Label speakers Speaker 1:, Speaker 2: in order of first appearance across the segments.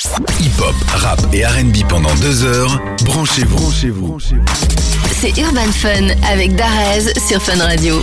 Speaker 1: Hip-hop, rap et RB pendant deux heures. Branchez-vous. Branchez-vous.
Speaker 2: C'est Urban Fun avec Darez sur Fun Radio.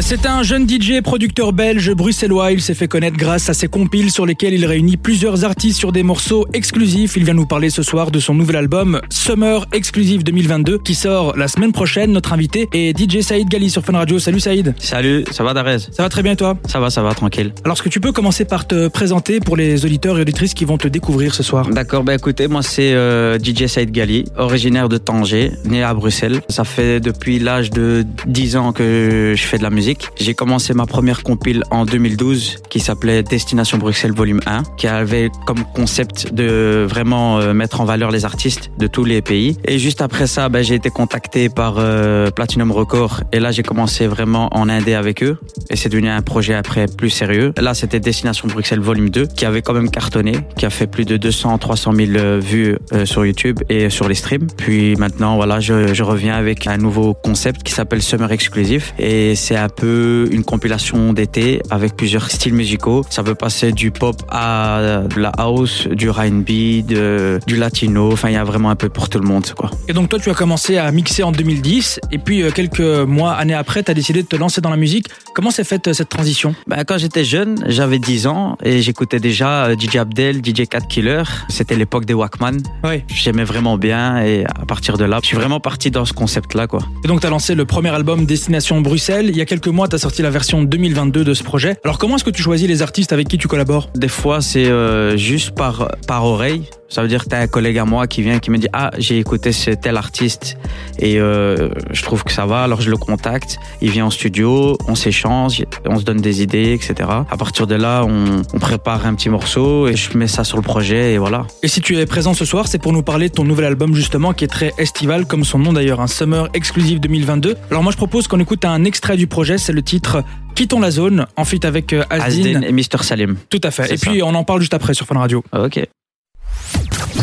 Speaker 3: C'est un jeune DJ et producteur belge bruxellois. Il s'est fait connaître grâce à ses compiles sur lesquels il réunit plusieurs artistes sur des morceaux exclusifs. Il vient nous parler ce soir de son nouvel album Summer Exclusive 2022 qui sort la semaine prochaine. Notre invité est DJ Saïd Gali sur Fun Radio. Salut Saïd.
Speaker 4: Salut, ça va Darez
Speaker 3: Ça va très bien et toi
Speaker 4: Ça va, ça va, tranquille.
Speaker 3: Alors est-ce que tu peux commencer par te présenter pour les auditeurs et auditrices qui vont te découvrir ce soir
Speaker 4: D'accord, bah écoutez, moi c'est euh, DJ Saïd Gali, originaire de Tanger, né à Bruxelles. Ça fait depuis l'âge de 10 ans que je fais de la musique. J'ai commencé ma première compile en 2012 qui s'appelait Destination Bruxelles Volume 1, qui avait comme concept de vraiment euh, mettre en valeur les artistes de tous les pays. Et juste après ça, bah, j'ai été contacté par euh, Platinum Records et là j'ai commencé vraiment en indé avec eux et c'est devenu un projet après plus sérieux. Là c'était Destination Bruxelles Volume 2 qui avait quand même cartonné, qui a fait plus de 200, 300 000 euh, vues euh, sur YouTube et sur les streams. Puis maintenant, voilà, je, je reviens avec un nouveau concept qui s'appelle Summer Exclusif. Et c'est un peu une compilation d'été avec plusieurs styles musicaux. Ça peut passer du pop à de la house, du R&B, de- du latino. Enfin, il y a vraiment un peu pour tout le monde, quoi.
Speaker 3: Et donc toi tu as commencé à mixer en 2010 et puis euh, quelques mois, années après, tu as décidé de te lancer dans la musique. Comment s'est faite euh, cette transition
Speaker 4: Ben, quand j'étais jeune, j'avais 10 ans et j'écoutais déjà euh, DJ Abdel, DJ Cat Killer. C'était l'époque des Walkman.
Speaker 3: Oui.
Speaker 4: J'aimais vraiment bien et à partir de là, je suis vraiment parti dans ce concept-là, quoi.
Speaker 3: Et donc, tu as lancé le premier album Destination Bruxelles. Il y a quelques mois, tu as sorti la version 2022 de ce projet. Alors, comment est-ce que tu choisis les artistes avec qui tu collabores
Speaker 4: Des fois, c'est euh, juste par, par oreille. Ça veut dire que t'as un collègue à moi qui vient qui me dit ah j'ai écouté ce tel artiste et euh, je trouve que ça va alors je le contacte il vient en studio on s'échange on se donne des idées etc à partir de là on, on prépare un petit morceau et je mets ça sur le projet et voilà
Speaker 3: Et si tu es présent ce soir, c'est pour nous parler de ton nouvel album, justement, qui est très estival, comme son nom d'ailleurs, un Summer Exclusive 2022. Alors, moi, je propose qu'on écoute un extrait du projet. C'est le titre Quittons la zone, en feat avec euh, Asdin.
Speaker 4: Asdin et Mister Salim
Speaker 3: Tout à fait.
Speaker 4: C'est
Speaker 3: Et puis, on en parle juste après sur Fun Radio.
Speaker 4: ok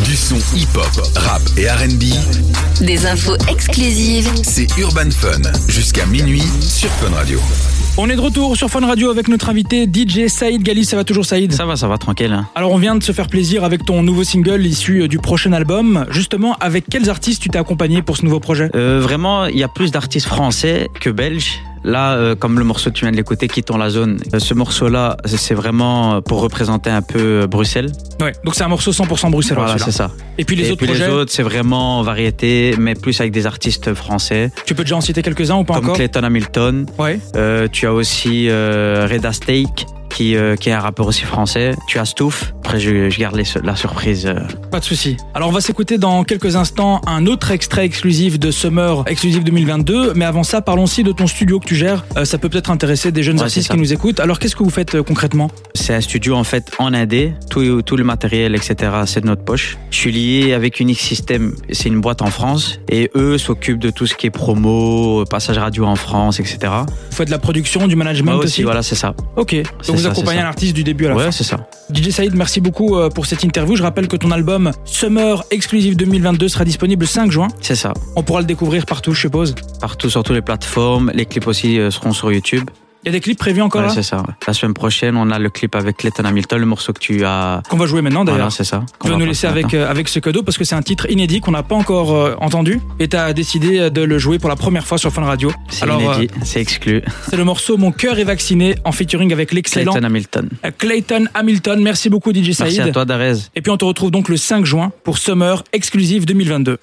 Speaker 1: Du son hip-hop, rap et RB,
Speaker 2: Des infos exclusives
Speaker 1: c'est Urban Fun. Jusqu'à minuit sur Fun Radio.
Speaker 3: On est de retour sur Fun Radio avec notre invité DJ Saïd Gali. Ça va toujours, Saïd
Speaker 4: ça va ça va tranquille hein.
Speaker 3: Alors on vient de se faire plaisir avec ton nouveau single issu euh, du prochain album. Justement, avec quels artistes tu t'es accompagné pour ce nouveau projet
Speaker 4: Euh, vraiment, il y a plus d'artistes français que belges. Là, euh, comme le morceau que tu viens de l'écouter, Quittons la zone, euh, ce morceau-là, c'est vraiment pour représenter un peu euh, Bruxelles.
Speaker 3: Ouais, donc c'est un morceau 100% bruxellois.
Speaker 4: voilà, c'est
Speaker 3: celui-là.
Speaker 4: ça.
Speaker 3: Et puis les
Speaker 4: Et
Speaker 3: autres
Speaker 4: puis
Speaker 3: projets,
Speaker 4: les autres, c'est vraiment variété, mais plus avec des artistes français,
Speaker 3: tu peux déjà en citer quelques-uns ou pas
Speaker 4: comme
Speaker 3: encore
Speaker 4: Clayton Hamilton.
Speaker 3: Ouais.
Speaker 4: Euh, tu as aussi euh, Reda Steak, qui, euh, qui est un rappeur aussi français. Tu as Stouff. Après, je, je garde les su- la surprise. euh.
Speaker 3: Pas de souci. Alors on va s'écouter dans quelques instants un autre extrait exclusif de Summer Exclusive 2022. Mais avant ça, parlons aussi de ton studio que tu gères. Euh, ça peut peut-être intéresser des jeunes
Speaker 4: Ouais, c'est
Speaker 3: artistes
Speaker 4: ça.
Speaker 3: qui nous écoutent. Alors qu'est-ce que vous faites euh, concrètement
Speaker 4: C'est un studio en fait en indé, tout, tout le matériel, etc. C'est de notre poche. Je suis lié avec Unique System, c'est une boîte en France, et eux s'occupent de tout ce qui est promo, passage radio en France, etc.
Speaker 3: Vous faites de la production, du management
Speaker 4: Moi aussi, voilà, c'est ça.
Speaker 3: Ok.
Speaker 4: C'est
Speaker 3: Donc vous
Speaker 4: ça, c'est
Speaker 3: accompagnez
Speaker 4: ça.
Speaker 3: un artiste du début à la fin.
Speaker 4: Ouais, c'est ça.
Speaker 3: DJ Saïd, merci beaucoup euh, pour cette interview. Je rappelle que ton album Summer Exclusive 2022 sera disponible le 5 juin.
Speaker 4: C'est ça.
Speaker 3: On pourra le découvrir partout, je suppose.
Speaker 4: Partout, sur toutes les plateformes, les clips aussi euh, seront sur YouTube.
Speaker 3: Il y a des clips prévus encore
Speaker 4: Ouais,
Speaker 3: là
Speaker 4: c'est ça. ouais. La semaine prochaine, on a le clip avec Clayton Hamilton, le morceau que tu as.
Speaker 3: qu'on va jouer maintenant
Speaker 4: Voilà,
Speaker 3: d'ailleurs.
Speaker 4: c'est ça.
Speaker 3: Tu
Speaker 4: qu'on
Speaker 3: vas
Speaker 4: va
Speaker 3: nous
Speaker 4: passer
Speaker 3: laisser
Speaker 4: maintenant.
Speaker 3: avec, euh, avec ce cadeau parce que c'est un titre inédit qu'on n'a pas encore euh, entendu et tu as décidé euh, de le jouer pour la première fois sur Fun Radio.
Speaker 4: C'est
Speaker 3: euh, Alors,
Speaker 4: inédit, c'est exclu.
Speaker 3: euh, c'est le morceau Mon cœur est vacciné en featuring avec l'excellent
Speaker 4: Clayton Hamilton.
Speaker 3: euh, Clayton Hamilton. Merci beaucoup DJ
Speaker 4: Merci
Speaker 3: Saïd.
Speaker 4: à toi, Darez.
Speaker 3: Et puis on te retrouve donc le 5 juin pour Summer Exclusive 2022.